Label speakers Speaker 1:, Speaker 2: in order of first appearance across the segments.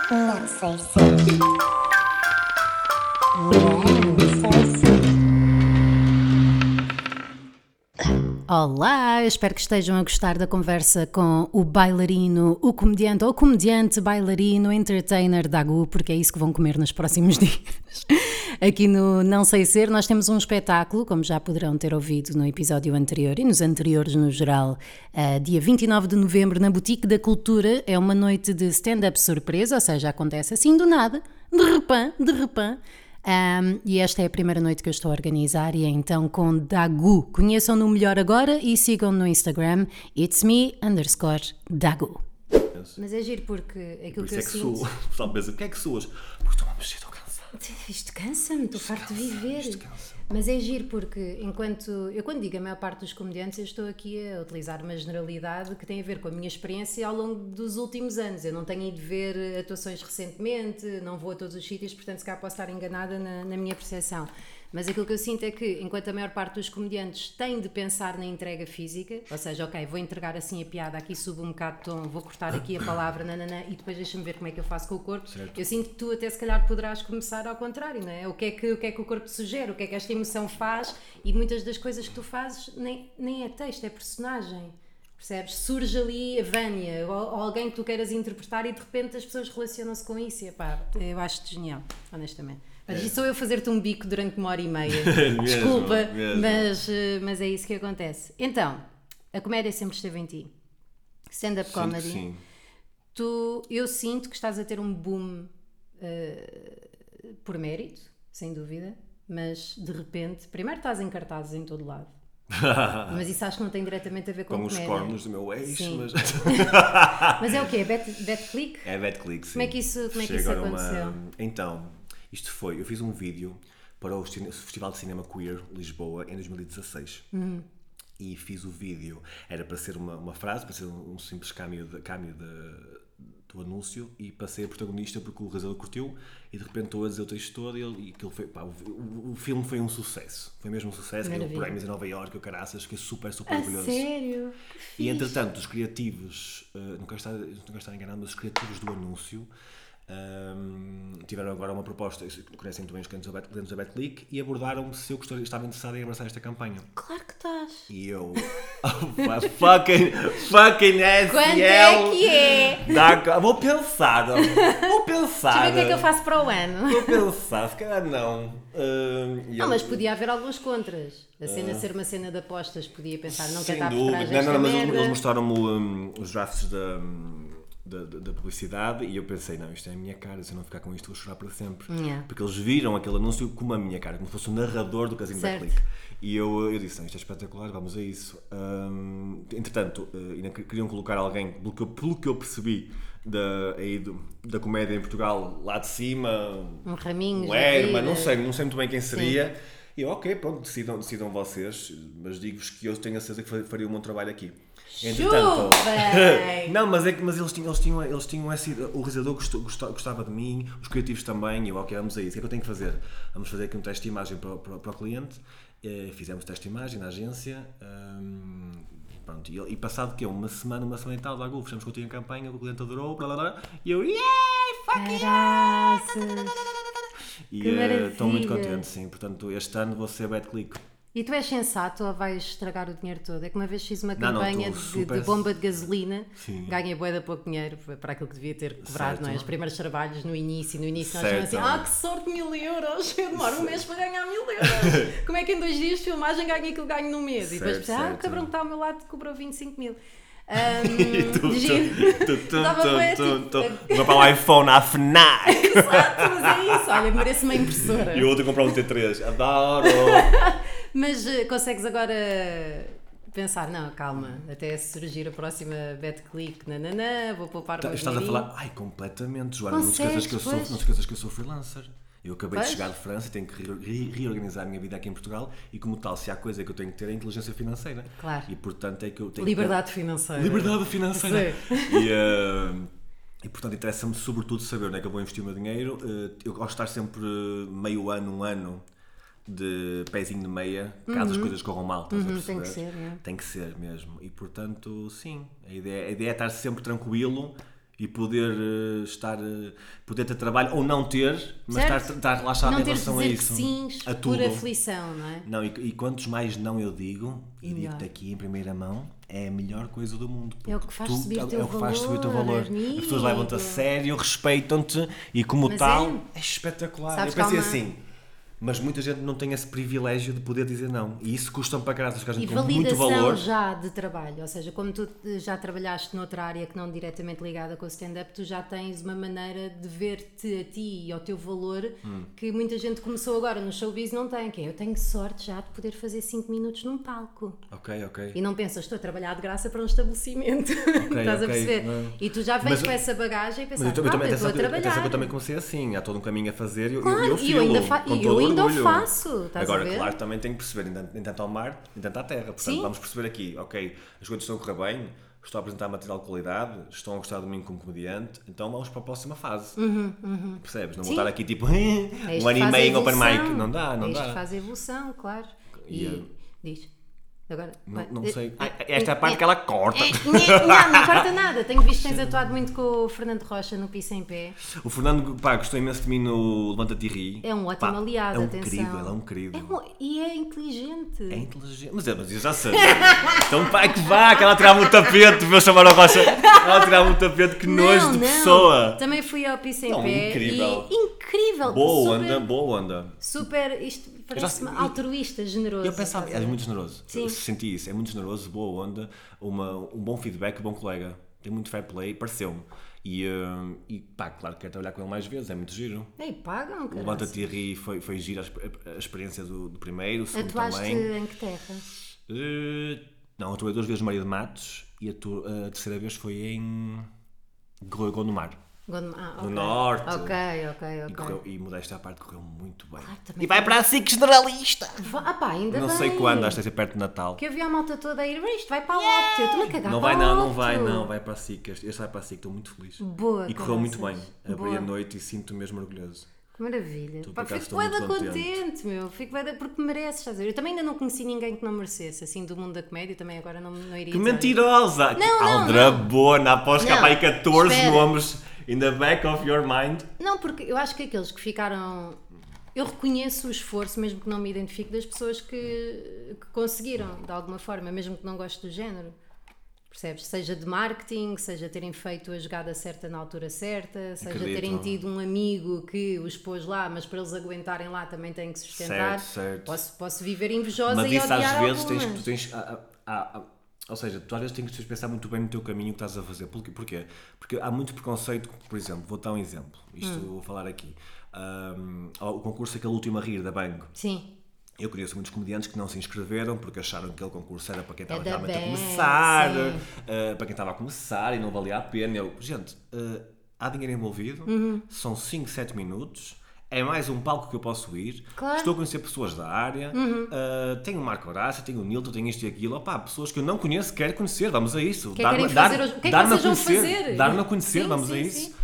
Speaker 1: sei se. Não sei se.
Speaker 2: Olá, eu espero que estejam a gostar da conversa com o bailarino, o comediante ou comediante, bailarino, entertainer da Gu, porque é isso que vão comer nos próximos dias. Aqui no Não Sei Ser, nós temos um espetáculo, como já poderão ter ouvido no episódio anterior e nos anteriores no geral, eh, dia 29 de novembro, na Boutique da Cultura. É uma noite de stand-up surpresa, ou seja, acontece assim do nada, de repã, de repã. Um, e esta é a primeira noite que eu estou a organizar e é então com Dagu. Conheçam-no melhor agora e sigam no Instagram it's me underscore Dagu. Mas é giro porque
Speaker 3: Por
Speaker 2: aquilo
Speaker 3: isso
Speaker 2: que eu
Speaker 3: é que
Speaker 2: sinto...
Speaker 3: suo. O pessoal pensa, porquê é que suas? Porque estou a mexer, estou cansado.
Speaker 2: Isto cansa-me, estou farto de viver.
Speaker 3: isto cansa.
Speaker 2: Mas é giro porque enquanto eu quando digo a maior parte dos comediantes, eu estou aqui a utilizar uma generalidade que tem a ver com a minha experiência ao longo dos últimos anos. Eu não tenho ido ver eh, atuações recentemente, não vou a todos os sítios, portanto se calhar posso estar enganada na, na minha percepção. Mas aquilo que eu sinto é que, enquanto a maior parte dos comediantes tem de pensar na entrega física, ou seja, ok, vou entregar assim a piada, aqui subo um bocado de tom, vou cortar aqui a palavra, nananã, e depois deixa-me ver como é que eu faço com o corpo. Eu sinto que tu até se calhar poderás começar ao contrário, não é? O que é que o, que é que o corpo sugere, o que é que esta emoção faz, e muitas das coisas que tu fazes nem, nem é texto, é personagem. Percebes? Surge ali a Vânia, ou, ou alguém que tu queiras interpretar e de repente as pessoas relacionam-se com isso. E, epá, eu acho-te genial, honestamente.
Speaker 3: É.
Speaker 2: Mas isso sou eu fazer-te um bico durante uma hora e meia. Desculpa,
Speaker 3: mesmo.
Speaker 2: Mas, eh, mas é isso que acontece. Então, a comédia sempre esteve em ti. Stand-up
Speaker 3: Sinto que
Speaker 2: comedy.
Speaker 3: sim.
Speaker 2: Tu, eu sinto que estás a ter um boom eh, por mérito, sem dúvida, mas de repente, primeiro estás em cartazes em todo lado, mas isso acho que não tem diretamente a ver com,
Speaker 3: Com os
Speaker 2: comédia.
Speaker 3: cornos do meu ex,
Speaker 2: Sim.
Speaker 3: mas.
Speaker 2: Mas é o quê? Bet, Betclick?
Speaker 3: É bad click, sim.
Speaker 2: Como é que isso- como é que
Speaker 3: Chega
Speaker 2: isso
Speaker 3: agora
Speaker 2: aconteceu?
Speaker 3: Então, isto foi. Eu fiz um vídeo para o cine- Festival de Cinema Queer Lisboa em 2016.
Speaker 2: Uhum.
Speaker 3: E fiz o vídeo. Era para ser uma, uma frase, para ser um, um simples câmbio, de, câmbio de- do anúncio e para ser protagonista porque o Razelo curtiu e de repente estou a dizer o texto todo e, ele, e aquilo foi, pá, o, o- o filme foi um sucesso. Foi mesmo um sucesso. Ganhou
Speaker 2: Maravilha.
Speaker 3: prémios em Nova Iorque, o caraças. Fiquei super, super
Speaker 2: A
Speaker 3: orgulhoso.
Speaker 2: sério?
Speaker 3: E entretanto, os criativos, eh, não, quero estar, não quero estar enganado, mas os criativos do anúncio ehm, tiveram agora uma proposta, isso- conhecem muito bem os clientes da Bet- clientes da BetClick, e abordaram-me se eu gostaria- estava interessado em abraçar esta campanha.
Speaker 2: Claro que estás.
Speaker 3: E eu, oh, fucking, fucking SL,
Speaker 2: Quanto é que é?
Speaker 3: dá co- vou pensar, vou
Speaker 2: Deixa
Speaker 3: pensar,
Speaker 2: eu ver o que é que eu faço para o ano.
Speaker 3: vou pensar, se calhar não. Ehm, e
Speaker 2: Não,
Speaker 3: eu-
Speaker 2: mas podia haver alguns contras. A cena ser uma cena de apostas, podia pensar, não quer
Speaker 3: Sem
Speaker 2: estar por
Speaker 3: dúvida.
Speaker 2: trás desta
Speaker 3: Não, não, mas eles-
Speaker 2: merda.
Speaker 3: eles mostraram-me hum, os drafts da, hum, da, da- da publicidade e eu pensei, não, isto é a minha cara, se eu não ficar com isto vou chorar para sempre.
Speaker 2: Yeah.
Speaker 3: Porque eles viram aquele anúncio como a minha cara, como se fosse o narrador do Casino da
Speaker 2: Certo.
Speaker 3: Clique. E eu, eu disse, não, isto é espetacular, vamos a isso. Hum, entretanto, eh, ainda que- queriam colocar alguém, pelo que eu, pelo que eu percebi da, aí do- da comédia em Portugal, lá de cima,
Speaker 2: Um raminho.
Speaker 3: o Herman, não sei, não sei muito bem quem seria. E eu, ok, pronto, decidam, decidam vocês, mas digo-vos que eu tenho a certeza que fa- faria um bom trabalho aqui. Entretanto-
Speaker 2: Chupa!
Speaker 3: não, mas é que mas eles tinham, eles tinham, eles tinham essa ideia. O realizador gosto- gosto- gostava de mim, os criativos também, e eu, ok, vamos a isso. O que é que eu tenho que fazer? Vamos fazer aqui um teste de imagem para, o- para, o- para o cliente. Eh, Fizemos teste de imagem na agência. hum, pronto, e, ele- e passado que Uma semana, uma semana e tal, logo fechamos contigo em campanha, o cliente adorou, blá blá blá. E eu, yeah, fuck yeah!
Speaker 2: Caraças.
Speaker 3: E
Speaker 2: Que
Speaker 3: eh, estou muito
Speaker 2: maravilha.
Speaker 3: contente, sim. Portanto, este ano vou ser bad click.
Speaker 2: E tu és sensato ou vais estragar o dinheiro todo? É que uma vez fiz uma
Speaker 3: Não, não,
Speaker 2: campanha
Speaker 3: tu
Speaker 2: de,
Speaker 3: super-
Speaker 2: de bomba de gasolina,
Speaker 3: Sim.
Speaker 2: ganhei bué da pouco dinheiro para aquilo que devia ter cobrado,
Speaker 3: Certo.
Speaker 2: não é? Os primeiros trabalhos no início, no início nós
Speaker 3: Certo.
Speaker 2: dizemos assim, ah que sorte, mil euros, eu demoro um mês para ganhar mil euros. Como é que em dois dias de filmagem ganho aquilo que ganho num mês? e depois
Speaker 3: Certo,
Speaker 2: pensei, ah o
Speaker 3: certo.
Speaker 2: cabrão que está ao meu lado cobrou 25 mil.
Speaker 3: E tu, tu,
Speaker 2: Um,
Speaker 3: tu, tu,
Speaker 2: Dava bué,
Speaker 3: tu,
Speaker 2: tipo,
Speaker 3: tu, tu. Vou para o iPhone à FNAC.
Speaker 2: Exato, mas é isso, olha, mereço uma impressora.
Speaker 3: E o outro comprou um T3. Adoro.
Speaker 2: Mas eh, consegues agora pensar, não, calma, até surgir a próxima BetClick, nananã, vou poupar o meu
Speaker 3: Tá, Estás a
Speaker 2: dinheirinho.
Speaker 3: falar, ai, completamente, Joana. Não te
Speaker 2: Consegues,
Speaker 3: esqueças que eu sou, não
Speaker 2: pois.
Speaker 3: te esqueças que eu sou freelancer. Eu acabei
Speaker 2: Pois.
Speaker 3: de chegar de França e tenho que re- re- reorganizar a minha vida aqui em Portugal. E, como tal, se há coisa que eu tenho que ter é inteligência financeira.
Speaker 2: Claro.
Speaker 3: E, portanto, é que eu tenho que-
Speaker 2: Liberdade financeira.
Speaker 3: Liberdade financeira.
Speaker 2: Sim.
Speaker 3: E, eh, e portanto interessa-me sobretudo saber onde é que eu vou investir o meu dinheiro. Eh, eu gosto de estar sempre eh, meio ano, um ano de pezinho de meia, caso as coisas corram mal. estás a
Speaker 2: Uhum, tem que
Speaker 3: perceber?
Speaker 2: ser, é.
Speaker 3: Tem que ser mesmo. E portanto, sim, a ideia, a ideia é estar sempre tranquilo e poder eh, estar eh, poder ter trabalho ou não ter, mas
Speaker 2: Certo.
Speaker 3: estar, estar relaxado
Speaker 2: não
Speaker 3: em
Speaker 2: ter de
Speaker 3: relação a
Speaker 2: dizer que
Speaker 3: isso.
Speaker 2: sim
Speaker 3: a
Speaker 2: por
Speaker 3: tudo.
Speaker 2: aflição, não é?
Speaker 3: Não, e, e quantos mais não eu digo, e
Speaker 2: Melhor.
Speaker 3: digo-te aqui em primeira mão, é a melhor coisa do mundo.
Speaker 2: É o
Speaker 3: porque
Speaker 2: que faz subir o
Speaker 3: é
Speaker 2: teu
Speaker 3: o que faz subir o teu
Speaker 2: valor,
Speaker 3: valor. As pessoas
Speaker 2: amigo.
Speaker 3: levam-te a sério, respeitam-te e, como
Speaker 2: Mas
Speaker 3: tal, é, espetacular.
Speaker 2: Sabes que
Speaker 3: eu
Speaker 2: há
Speaker 3: pensei
Speaker 2: uma-
Speaker 3: assim. Mas muita gente não tem esse privilégio de poder dizer não. E isso custa-me para caralho. Porque a
Speaker 2: E
Speaker 3: gente tem muito
Speaker 2: validação
Speaker 3: valor.
Speaker 2: já de trabalho, ou seja, como tu eh, já trabalhaste noutra área que não diretamente ligada com o stand-up, tu já tens uma maneira de ver-te a ti e ao teu valor
Speaker 3: Hum.
Speaker 2: que muita gente começou agora no showbiz e não tem, que é eu tenho sorte já de poder fazer 5 minutos num palco.
Speaker 3: Ok, ok.
Speaker 2: E não pensas, estou a trabalhar de graça para um estabelecimento. Estás
Speaker 3: ok,
Speaker 2: a perceber?
Speaker 3: não. é?
Speaker 2: E tu já vens
Speaker 3: Mas-
Speaker 2: com essa bagagem e pensas,
Speaker 3: Mas eu, eu
Speaker 2: ah,
Speaker 3: também,
Speaker 2: eu estou
Speaker 3: atenção,
Speaker 2: a
Speaker 3: que- atenção
Speaker 2: trabalhar.
Speaker 3: que eu também comecei assim, há todo um caminho a fazer e eu,
Speaker 2: Claro,
Speaker 3: eu, eu
Speaker 2: e eu
Speaker 3: filo,
Speaker 2: ainda fa-
Speaker 3: com
Speaker 2: e
Speaker 3: todo
Speaker 2: eu ainda o
Speaker 3: orgulho.
Speaker 2: faço, estás a
Speaker 3: Agora,
Speaker 2: ver?
Speaker 3: claro, também tenho que perceber, nem tanto- nem tanto ao mar, nem tanto à terra. Portanto,
Speaker 2: Sim.
Speaker 3: vamos perceber aqui, ok, as coisas estão a correr bem, estou a apresentar material de qualidade, estão a gostar de mim como comediante, então vamos para a próxima fase. Percebes? Não
Speaker 2: Uhum, Sim. É
Speaker 3: vou estar aqui tipo, um
Speaker 2: isto
Speaker 3: ano
Speaker 2: que
Speaker 3: e
Speaker 2: faz a
Speaker 3: meio em open mic.
Speaker 2: evolução.
Speaker 3: Não dá, não
Speaker 2: é isto
Speaker 3: dá.
Speaker 2: que faz a evolução, claro. E,
Speaker 3: E, eh,
Speaker 2: diz. Agora, vai.
Speaker 3: Não, não
Speaker 2: Eh,
Speaker 3: sei.
Speaker 2: ah,
Speaker 3: Ah, Esta é a parte
Speaker 2: eh,
Speaker 3: que ela corta.
Speaker 2: eh, Não, não corta nada. Tenho visto que tens atuado muito com o Fernando Rocha no Pisa em Pé.
Speaker 3: O Fernando, pá, gostou imenso de mim no Levanta-te e Ri.
Speaker 2: É um ótimo
Speaker 3: Pá,
Speaker 2: aliado,
Speaker 3: É um
Speaker 2: atenção.
Speaker 3: querido, ele é um querido.
Speaker 2: É um- e é inteligente.
Speaker 3: É inteligente. Mas, é, mas eu já sei. então, pá, que vá, que ela tirava um tapete, meu chamar a rocha. Ela tirava um tapete, que nojo de pessoa.
Speaker 2: Também fui ao Pisa em
Speaker 3: Não,
Speaker 2: Pé.
Speaker 3: incrível.
Speaker 2: E, incrível.
Speaker 3: Boa
Speaker 2: super,
Speaker 3: onda, boa onda.
Speaker 2: Super, isto parece-me
Speaker 3: sei-
Speaker 2: altruísta, generoso.
Speaker 3: Eu pensava,
Speaker 2: estás a
Speaker 3: é
Speaker 2: ver?
Speaker 3: muito generoso.
Speaker 2: Sim.
Speaker 3: Eu senti isso, é muito generoso, boa onda, uma, um bom feedback, bom colega. Tem muito fair play, pareceu-me. E, hum, e pá, claro que quero trabalhar com ele mais vezes, é muito giro.
Speaker 2: Ei, pagam, cara.
Speaker 3: Levanta-te e ri, foi, foi giro a, exp- a experiência do, do primeiro, o segundo
Speaker 2: Atuaste
Speaker 3: também.
Speaker 2: em que terra?
Speaker 3: Eh, não, atuei duas vezes no Maria de Matos e a, tu- a terceira vez foi em Goi- Gondomar.
Speaker 2: Gondom- ah,
Speaker 3: No
Speaker 2: ok.
Speaker 3: norte.
Speaker 2: Ok, ok,
Speaker 3: E,
Speaker 2: ok.
Speaker 3: correu, e modéstia à parte, correu muito bem.
Speaker 2: também
Speaker 3: e vai para a SIC Generalista!
Speaker 2: Ah pá, ainda
Speaker 3: Não
Speaker 2: bem.
Speaker 3: sei quando, acho que deve ser perto de Natal.
Speaker 2: Que eu vi a malta toda a ir, "Mas isto vai para o óbito, eu estou-me a cagar
Speaker 3: Não
Speaker 2: para
Speaker 3: vai,
Speaker 2: o
Speaker 3: não, não
Speaker 2: óbito."
Speaker 3: vai, não, vai para a SIC. Este este vai para a SIC, estou muito feliz.
Speaker 2: Boa,
Speaker 3: E correu muito bem.
Speaker 2: caraças.
Speaker 3: Abri
Speaker 2: Boa.
Speaker 3: a noite e sinto-me mesmo orgulhoso.
Speaker 2: Que maravilha.
Speaker 3: por
Speaker 2: Pá,
Speaker 3: acaso
Speaker 2: fico
Speaker 3: estou
Speaker 2: bué da
Speaker 3: muito
Speaker 2: contente.
Speaker 3: contente.
Speaker 2: meu. Fico bué da- porque mereces, estás a ver? Eu também ainda não conheci ninguém que não merecesse, assim, do mundo da comédia, também agora não, não iria
Speaker 3: Que
Speaker 2: dizer.
Speaker 3: mentirosa! que
Speaker 2: então? Não, não,
Speaker 3: aldrabona! Após que há
Speaker 2: Não,
Speaker 3: para aí 14
Speaker 2: espera.
Speaker 3: nomes in the back of your mind.
Speaker 2: Não, porque eu acho que aqueles que ficaram. Eu reconheço o esforço, mesmo que não me identifique, das pessoas que, que conseguiram, de alguma forma, mesmo que não goste do género. Percebes? Seja de marketing, seja terem feito a jogada certa na altura certa, seja
Speaker 3: Acredito.
Speaker 2: terem tido um amigo que os pôs lá, mas para eles aguentarem lá também têm que sustentar.
Speaker 3: Certo, certo.
Speaker 2: Posso, posso viver invejosa
Speaker 3: Mas
Speaker 2: e
Speaker 3: isso
Speaker 2: odiar
Speaker 3: às vezes tens,
Speaker 2: algumas.
Speaker 3: tu tens ah, há- há- há- ou seja, tu às vezes tens que pensar muito bem no teu caminho que estás a fazer. Porquê? Porquê? Porque há muito preconceito, por exemplo, vou dar um exemplo, isto vou falar aqui. Ahm, o concurso aquele último a rir da Bang.
Speaker 2: Sim.
Speaker 3: Eu conheço muitos comediantes que não se inscreveram porque acharam que aquele concurso era para quem estava
Speaker 2: da
Speaker 3: realmente a
Speaker 2: Bang,
Speaker 3: começar,
Speaker 2: sim.
Speaker 3: ah, para quem estava a começar e não valia a pena. Eu, gente, ah, há dinheiro envolvido,
Speaker 2: Uhum.
Speaker 3: são 5, 7 minutos, é mais um palco que eu posso ir,
Speaker 2: Claro. Uhum.
Speaker 3: estou a conhecer pessoas da área, ah, tenho o Marco Horácio, tenho o Nilton, tenho isto e aquilo, opá, pessoas que eu não conheço, quero conhecer, vamos a isso.
Speaker 2: que é que querem fazer hoje? O que é que
Speaker 3: dar-me a
Speaker 2: vocês vão
Speaker 3: conhecer,
Speaker 2: fazer?
Speaker 3: Dar-me a conhecer,
Speaker 2: Sim,
Speaker 3: vamos a
Speaker 2: sim,
Speaker 3: isso.
Speaker 2: sim.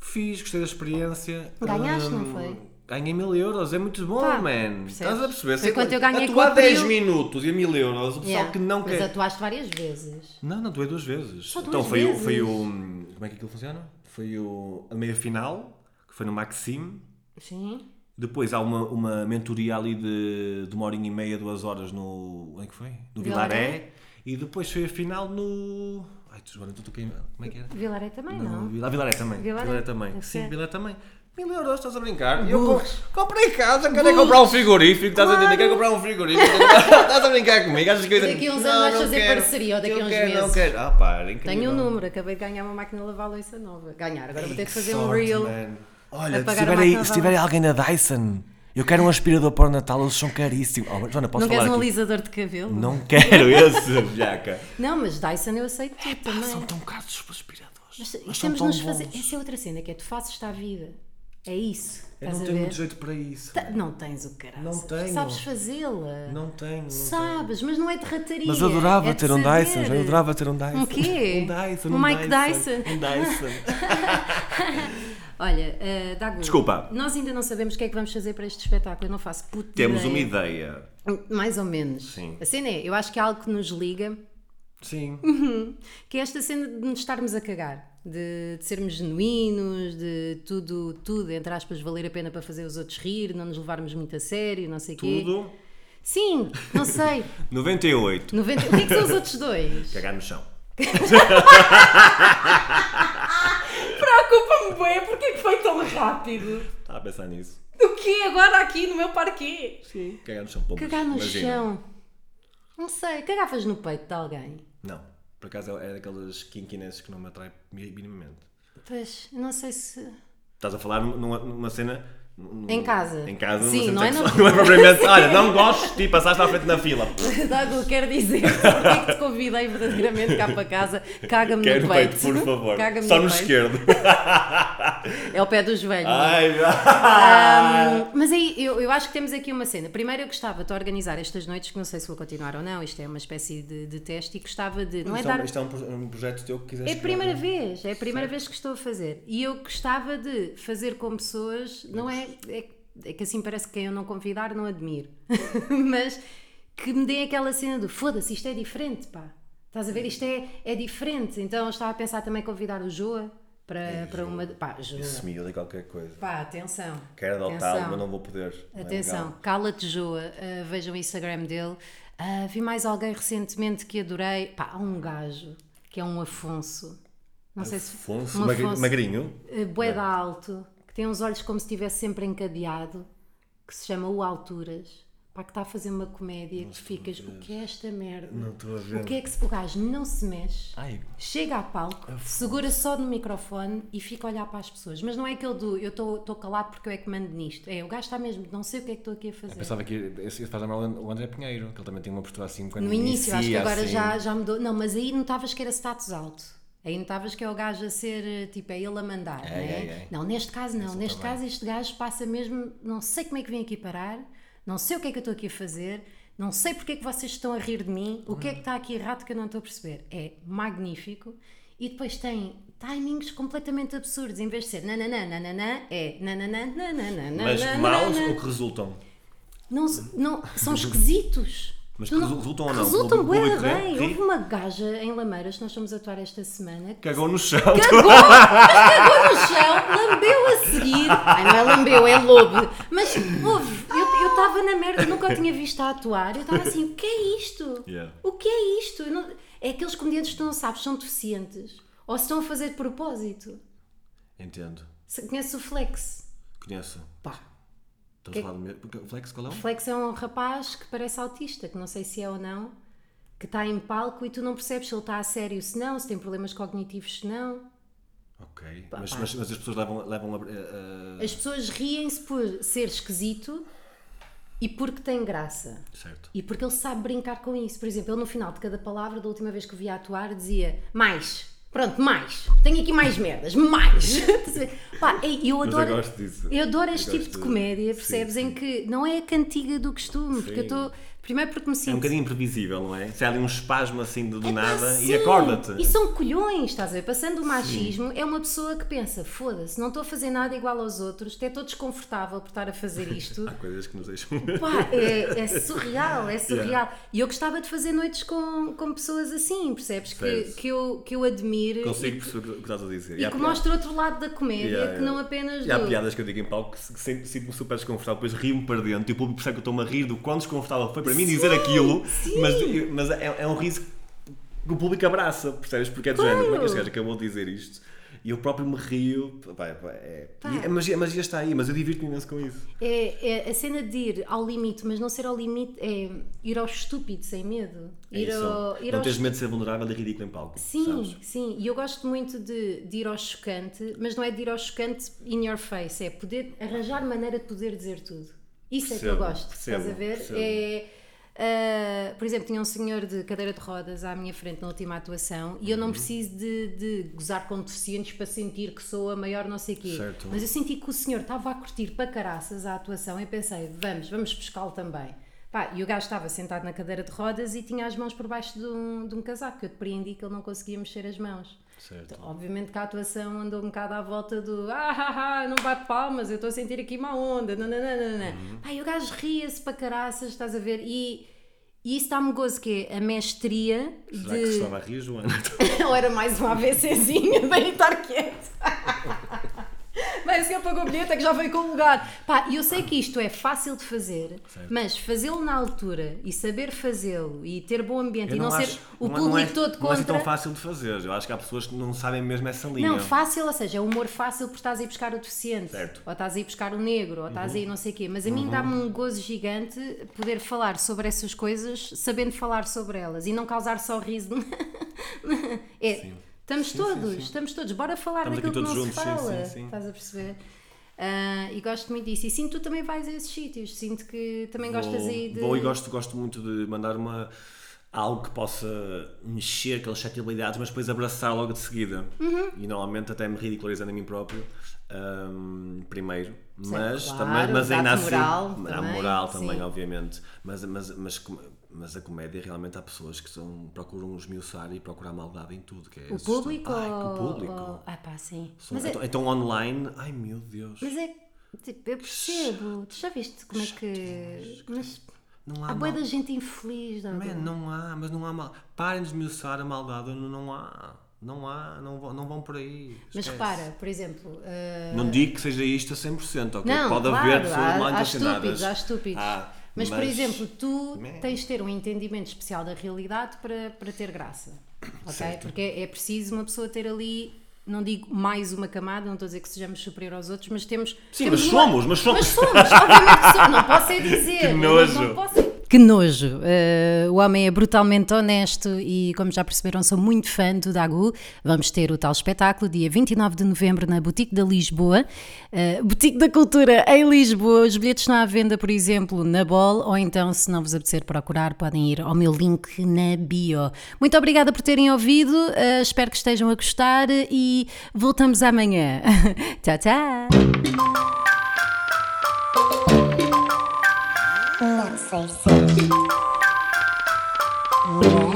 Speaker 3: Fiz, gostei da experiência.
Speaker 2: Ganhaste, não
Speaker 3: hum,
Speaker 2: foi?
Speaker 3: Ganhei mil euros, é muito bom,
Speaker 2: Pá,
Speaker 3: man.
Speaker 2: percebes?
Speaker 3: Estás a perceber?
Speaker 2: Foi
Speaker 3: Sei-
Speaker 2: quanto eu ganhei
Speaker 3: atuar
Speaker 2: com o Abril.
Speaker 3: 10 minutos e a mil euros, o pessoal
Speaker 2: Yeah.
Speaker 3: que não
Speaker 2: Mas
Speaker 3: quer.
Speaker 2: atuaste várias vezes.
Speaker 3: Não, não, doei duas vezes.
Speaker 2: Só duas
Speaker 3: então foi, o-
Speaker 2: vezes?
Speaker 3: foi o. Como é que aquilo funciona? Foi o, a meia final, que foi no Maxime.
Speaker 2: Sim.
Speaker 3: Depois há uma, uma mentoria ali de, de uma horinha e meia, duas horas no. Onde é que foi? No
Speaker 2: Vilaré.
Speaker 3: Vilaré. E depois foi a final no. Ai, tu, Joana, tu tu quem- Como é que era?
Speaker 2: Vilaré também, Ah, não?
Speaker 3: Não, Vila, ah, Vilaré também.
Speaker 2: Vilaré.
Speaker 3: Vilaré, também.
Speaker 2: Deve
Speaker 3: Sim,
Speaker 2: ser.
Speaker 3: Vilaré também. Mil euros, estás a brincar? Eu co-
Speaker 2: Burros.
Speaker 3: comprei casa, quero é comprar um frigorífico, estás a entender? Quero comprar um frigorífico, estás a brincar comigo? Achas que eu...
Speaker 2: Daqui a uns anos
Speaker 3: Não,
Speaker 2: vais
Speaker 3: não
Speaker 2: fazer
Speaker 3: quero.
Speaker 2: parceria, ou daqui a
Speaker 3: Eu
Speaker 2: uns
Speaker 3: quero, Não
Speaker 2: meses.
Speaker 3: quero, ah pá, era incrível.
Speaker 2: Tenho um número, acabei de ganhar uma máquina de lavar louça nova. Ganhar, agora vou ter
Speaker 3: Ei,
Speaker 2: que fazer um
Speaker 3: sorte, né?
Speaker 2: reel.
Speaker 3: man. Olha,
Speaker 2: Apagar
Speaker 3: se
Speaker 2: a
Speaker 3: tiver,
Speaker 2: máquina
Speaker 3: aí, se
Speaker 2: da
Speaker 3: tiver alguém na Dyson, eu quero um aspirador para o Natal, eles são caríssimos. Oh, Joana, posso
Speaker 2: Não queres um
Speaker 3: falar aqui?
Speaker 2: alisador de cabelo?
Speaker 3: Não quero esse, viaca.
Speaker 2: Não, mas Dyson eu aceito tudo também.
Speaker 3: São tão caros os aspiradores.
Speaker 2: Mas,
Speaker 3: mas são
Speaker 2: temos de
Speaker 3: tão
Speaker 2: nos
Speaker 3: bons.
Speaker 2: fazer. Essa é outra cena, que é tu fazes-te à vida. É isso.
Speaker 3: Eu
Speaker 2: estás a
Speaker 3: não tenho
Speaker 2: ver? Tá.
Speaker 3: muito jeito para isso.
Speaker 2: Ta- Não tens o caralho.
Speaker 3: Não tenho.
Speaker 2: Sabes fazê-la.
Speaker 3: Não tenho. não
Speaker 2: Sabes, mas não é de rataria.
Speaker 3: Mas eu adorava
Speaker 2: é de
Speaker 3: ter um
Speaker 2: saber.
Speaker 3: Dyson, eu adorava ter um Dyson.
Speaker 2: Um quê?
Speaker 3: Um Dyson,
Speaker 2: Um
Speaker 3: um,
Speaker 2: Mike
Speaker 3: Dyson.
Speaker 2: Dyson?
Speaker 3: Um Dyson.
Speaker 2: Olha, uh, Dago.
Speaker 3: Desculpa.
Speaker 2: Nós ainda não sabemos o que é que vamos fazer para este espetáculo. Eu não faço puta
Speaker 3: Temos um
Speaker 2: ideia.
Speaker 3: uma ideia.
Speaker 2: Mais ou menos.
Speaker 3: Sim.
Speaker 2: A cena é, eu acho que é algo que nos liga
Speaker 3: Sim.
Speaker 2: Que é esta cena de nos estarmos a cagar, de, de sermos genuínos, de tudo, tudo, entre aspas, valer a pena para fazer os outros rir, não nos levarmos muito a sério, não sei o quê.
Speaker 3: Tudo.
Speaker 2: Sim, não sei.
Speaker 3: 98.
Speaker 2: 90... O que é que são os outros dois?
Speaker 3: Cagar no chão.
Speaker 1: Preocupa-me bem, porque é que foi tão rápido?
Speaker 3: Estava a pensar nisso.
Speaker 1: O quê? Agora aqui no meu parquê?
Speaker 3: Sim. Cagar no chão. Pombas.
Speaker 2: Cagar no
Speaker 3: Imagina.
Speaker 2: chão. Não sei, cagavas no peito de alguém.
Speaker 3: Não. Por acaso é daquelas quinquinesses que não me atrai mi- minimamente.
Speaker 2: Pois, não sei se.
Speaker 3: Estás a falar numa, numa cena. num-
Speaker 2: Em casa.
Speaker 3: Hum, Em casa,
Speaker 2: Sim,
Speaker 3: numa
Speaker 2: não é
Speaker 3: cena
Speaker 2: no-
Speaker 3: sexual. não é propriamente. Olha, não gosto de ti, passaste à frente na fila.
Speaker 2: Dago, quero dizer porque é que te convidei verdadeiramente cá para casa. Caga-me
Speaker 3: Quero
Speaker 2: no peito.
Speaker 3: peito, por favor.
Speaker 2: Caga-me
Speaker 3: Só
Speaker 2: no
Speaker 3: no
Speaker 2: peito.
Speaker 3: esquerdo. Ah.
Speaker 2: É o pé do joelho. não é?
Speaker 3: Ai,
Speaker 2: Hum, mas aí eu, eu acho que temos aqui uma cena. Primeiro eu gostava de organizar estas noites, que não sei se vou continuar ou não, isto é uma espécie de, de teste e gostava de. Não é
Speaker 3: Isto é um-
Speaker 2: dar.
Speaker 3: Isto é um, pro- um projeto teu que quiseste.
Speaker 2: É a primeira vez, é a primeira vez que estou a fazer. E eu gostava de fazer com pessoas, não é? É, é que assim parece que quem eu não convidar não admiro. Mas que me deem aquela cena do foda-se, isto é diferente, pá. Estás a ver? Isto é, é diferente. Então eu estava a pensar também em convidar o Joa para, para uma. Pá, Joa.
Speaker 3: Esse miúdo é qualquer coisa.
Speaker 2: Pá, atenção.
Speaker 3: Quero
Speaker 2: Atenção.
Speaker 3: adotá-lo, mas não vou poder. Não é
Speaker 2: Atenção,
Speaker 3: legal.
Speaker 2: cala-te Joa, Ah, vejam o Instagram dele. Ah, vi mais alguém recentemente que adorei. Pá, há um gajo que é um Afonso. Não sei se.
Speaker 3: Afonso,
Speaker 2: um
Speaker 3: magri-
Speaker 2: Afonso,
Speaker 3: magrinho.
Speaker 2: ah, bué de alto, que tem uns olhos como se estivesse sempre encadeado, que se chama O Alturas. Pá, que está a fazer uma comédia que ficas. O que é esta merda?
Speaker 3: Não estou a ver.
Speaker 2: O que é que se- o gajo não se mexe?
Speaker 3: Ai.
Speaker 2: Chega a palco, segura só no microfone e fica a olhar para as pessoas. Mas não é aquele do eu estou calado porque eu é que mando nisto. É, o gajo está mesmo, não sei o que é que estou aqui a fazer.
Speaker 3: Pensava que esse esse faz lembrar o André Pinheiro, que ele também tem uma postura assim quando
Speaker 2: no início, acho que
Speaker 3: inicia,
Speaker 2: agora
Speaker 3: assim.
Speaker 2: já, já mudou. Não, mas aí notavas que era status alto. Aí notavas que é o gajo a ser, eh, tipo, é ele a mandar, não é?
Speaker 3: é, é.
Speaker 2: Não, neste caso não. Neste
Speaker 3: trabalho.
Speaker 2: caso este gajo passa mesmo, não sei como é que vim aqui parar, não sei o que é que eu estou aqui a fazer, não sei porque é que vocês estão a rir de mim, o que é que está aqui errado que eu não estou a perceber. É magnífico. E depois tem timings completamente absurdos, em vez de ser nananã, nananã, é nananã, nananã,
Speaker 3: Mas
Speaker 2: nananã,
Speaker 3: maus
Speaker 2: nananã.
Speaker 3: ou que resultam?
Speaker 2: Não, se- não- são esquisitos.
Speaker 3: Mas
Speaker 2: Tu
Speaker 3: que resultam ou não?
Speaker 2: Hum. Resultam
Speaker 3: O público
Speaker 2: bué da
Speaker 3: vê?
Speaker 2: bem.
Speaker 3: Ri?
Speaker 2: Houve uma gaja em Lameiras, que nós fomos atuar esta semana, que
Speaker 3: Cagou no chão.
Speaker 2: cagou, mas cagou no chão, lambeu a seguir. Ai, não é lambeu, é lobo. Mas houve, eu estava na merda, nunca o tinha visto a atuar. Eu estava assim, o que é isto?
Speaker 3: Yeah.
Speaker 2: O que é isto? Eu não- é aqueles comediantes que tu não sabes, são deficientes. Ou se estão a fazer de propósito.
Speaker 3: Entendo.
Speaker 2: Se- Conheces o Flex?
Speaker 3: Conheço.
Speaker 2: Pá,
Speaker 3: Estás a falar do mesmo. porque o Flex, qual é o?
Speaker 2: Flex é um rapaz que parece autista, que não sei se é ou não, que está em palco e tu não percebes se ele está a sério, se não, se tem problemas cognitivos, se não.
Speaker 3: Ok. Mas, mas, mas as pessoas levam. levam a- eh, a-
Speaker 2: As pessoas riem-se por ser esquisito e porque tem graça.
Speaker 3: a- Certo.
Speaker 2: E porque ele sabe brincar com isso. Por exemplo, ele no final de cada palavra, da última vez que o via atuar, dizia mais. Pronto, mais. Tenho aqui mais merdas. Mais. Pá, é- eu
Speaker 3: Mas
Speaker 2: adoro.
Speaker 3: eu gosto disso.
Speaker 2: Eu adoro
Speaker 3: Eu
Speaker 2: este tipo de
Speaker 3: gosto-
Speaker 2: comédia, percebes?
Speaker 3: sim.
Speaker 2: Em que não é a cantiga do costume, porque eu
Speaker 3: Sim.
Speaker 2: estou. Primeiro porque me
Speaker 3: É um
Speaker 2: sinto.
Speaker 3: bocadinho imprevisível, não é? Se há ali um espasmo assim do, do
Speaker 2: Epá,
Speaker 3: nada
Speaker 2: É sim.
Speaker 3: e acorda-te.
Speaker 2: E são colhões, estás a ver? Passando o machismo, é uma pessoa que pensa: foda-se, não estou a fazer nada igual aos outros, até estou desconfortável por estar a fazer isto.
Speaker 3: Há coisas que nos deixam.
Speaker 2: Pá, é, é surreal, é surreal. E eu gostava de fazer noites com, com pessoas assim, percebes? Que,
Speaker 3: Percebes.
Speaker 2: que, eu, que eu admiro
Speaker 3: Consigo perceber o que- o que estás a dizer.
Speaker 2: e
Speaker 3: há
Speaker 2: que
Speaker 3: piada-
Speaker 2: mostra outro lado da comédia,
Speaker 3: Yeah,
Speaker 2: que
Speaker 3: yeah.
Speaker 2: não apenas
Speaker 3: E há
Speaker 2: do.
Speaker 3: piadas que eu digo em palco que se- que sempre- sinto-me super desconfortável, depois rio-me para dentro e o público percebe que eu estou-me a rir do quão desconfortável foi para mim dizer aquilo, mas, mas é, é um riso que o público abraça, percebes? Porque é do género, como é que este gajo acabou de dizer isto? E eu próprio me rio, pá, pá, é- e a, magia, a magia está aí, mas eu divirto-me imenso com isso.
Speaker 2: É, é a cena de ir ao limite, mas não ser ao limite, é ir ao estúpido sem medo.
Speaker 3: É
Speaker 2: Ir
Speaker 3: isso.
Speaker 2: ao, ir
Speaker 3: Não
Speaker 2: ao
Speaker 3: tens medo de ser vulnerável e ridículo em palco.
Speaker 2: Sim,
Speaker 3: sabes?
Speaker 2: sim, e eu gosto muito de, de ir ao chocante, mas não é de ir ao chocante in your face, é poder arranjar maneira de poder dizer tudo. Isso é que eu
Speaker 3: Percebo,
Speaker 2: gosto, estás a
Speaker 3: percebo,
Speaker 2: ver?
Speaker 3: percebo.
Speaker 2: É, ah, por exemplo, tinha um senhor de cadeira de rodas à minha frente na última atuação e eu
Speaker 3: Uhum.
Speaker 2: não preciso de, de gozar com deficientes para sentir que sou a maior não sei quê.
Speaker 3: Certo.
Speaker 2: Mas eu senti que o senhor estava a curtir para caraças a atuação e pensei, vamos, vamos pescá-lo também. Pá, e o gajo estava sentado na cadeira de rodas e tinha as mãos por baixo de um, de um casaco, que eu depreendi que ele não conseguia mexer as mãos. Então,
Speaker 3: Certo.
Speaker 2: Obviamente que a atuação andou um bocado à volta do ah, ah, ah não bate palmas, eu estou a sentir aqui uma onda, nananana. Pá, e o gajo ria-se para caraças, estás a ver? E, E isso dá-me gozo, que é a mestria
Speaker 3: Será que se
Speaker 2: de.
Speaker 3: estava a rir, Joana?
Speaker 2: Ou era mais um AVCzinho de estar quieto. Mas quem pagou o bilhete é que já veio com o lugar. Pá, e eu sei que isto é fácil de fazer,
Speaker 3: Certo.
Speaker 2: mas fazê-lo na altura e saber fazê-lo e ter bom ambiente
Speaker 3: Eu
Speaker 2: e não, ser
Speaker 3: acho-
Speaker 2: o
Speaker 3: não é-
Speaker 2: público
Speaker 3: não é-
Speaker 2: todo
Speaker 3: Não é assim
Speaker 2: contra.
Speaker 3: tão fácil de fazer. Eu acho que há pessoas que não sabem mesmo essa linha.
Speaker 2: Não, fácil, ou seja, é humor fácil porque estás a ir buscar o deficiente,
Speaker 3: Certo. Uhum.
Speaker 2: ou estás a ir buscar o negro, ou estás a ir não sei o quê. Mas a mim dá-me um gozo gigante poder falar sobre essas coisas, sabendo falar sobre elas e não causar só riso. é, estamos todos, estamos todos, bora falar
Speaker 3: Estamos aqui
Speaker 2: daquilo que não
Speaker 3: todos
Speaker 2: se
Speaker 3: juntos, sim,
Speaker 2: fala,
Speaker 3: sim, sim.
Speaker 2: estás a perceber? Ah, e gosto muito disso. E sinto que tu também vais a esses sítios, sinto que também gostas
Speaker 3: vou,
Speaker 2: aí de.
Speaker 3: vou e gosto, gosto muito de mandar uma algo que possa mexer aquelas sensibilidades, mas depois abraçar logo de seguida.
Speaker 2: Uhum.
Speaker 3: E normalmente até me ridicularizando a mim próprio. hum, primeiro, mas
Speaker 2: claro,
Speaker 3: também, mas ainda
Speaker 2: dá-te
Speaker 3: assim,
Speaker 2: moral
Speaker 3: há
Speaker 2: também,
Speaker 3: moral também,
Speaker 2: sim.
Speaker 3: obviamente. Mas, mas, mas, com- mas a comédia realmente há pessoas que são, procuram esmiuçar e procurar maldade em tudo. Que é
Speaker 2: O público?
Speaker 3: Ai,
Speaker 2: ou-
Speaker 3: o público.
Speaker 2: ou- Ah, pá, sim.
Speaker 3: São-
Speaker 2: Mas é-
Speaker 3: então, então online, ai meu Deus,
Speaker 2: Mas é tipo, eu percebo. Tu já viste como é que. Mas
Speaker 3: não há
Speaker 2: há boa da gente infeliz, não
Speaker 3: Man, não há, mas não há mal. Parem de esmiuçar a maldade, não, não há. Não há, não vão, não vão por aí.
Speaker 2: Mas
Speaker 3: Esquece.
Speaker 2: repara, por exemplo, ah,
Speaker 3: Não digo que seja isto a 100%, ok?
Speaker 2: não,
Speaker 3: Pode
Speaker 2: claro,
Speaker 3: haver pessoas
Speaker 2: há,
Speaker 3: mal
Speaker 2: há
Speaker 3: intencionadas. Ah,
Speaker 2: estúpidos, há estúpidos.
Speaker 3: Há,
Speaker 2: mas, por exemplo, tu
Speaker 3: Man.
Speaker 2: tens de ter um entendimento especial da realidade para, para ter graça. ok? Porque é, é preciso uma pessoa ter ali, não digo mais uma camada, não estou a dizer que sejamos superior aos outros, mas temos.
Speaker 3: Sim,
Speaker 2: temos
Speaker 3: mas
Speaker 2: uma-
Speaker 3: somos, mas somos.
Speaker 2: Mas somos, obviamente que somos, não posso é dizer.
Speaker 3: Que
Speaker 2: mas
Speaker 3: nojo.
Speaker 2: Não posso é- Que nojo. Eh, o homem é brutalmente honesto e, como já perceberam, sou muito fã do Dagu. Vamos ter o tal espetáculo dia 29 de novembro na Boutique da Lisboa, eh, Boutique da Cultura em Lisboa. Os bilhetes estão à venda, por exemplo, na Bol, ou então, se não vos apetecer procurar, podem ir ao meu link na bio. Muito obrigada por terem ouvido, eh, espero que estejam a gostar e voltamos amanhã. tchau, tchau.
Speaker 4: Não sei se. Não.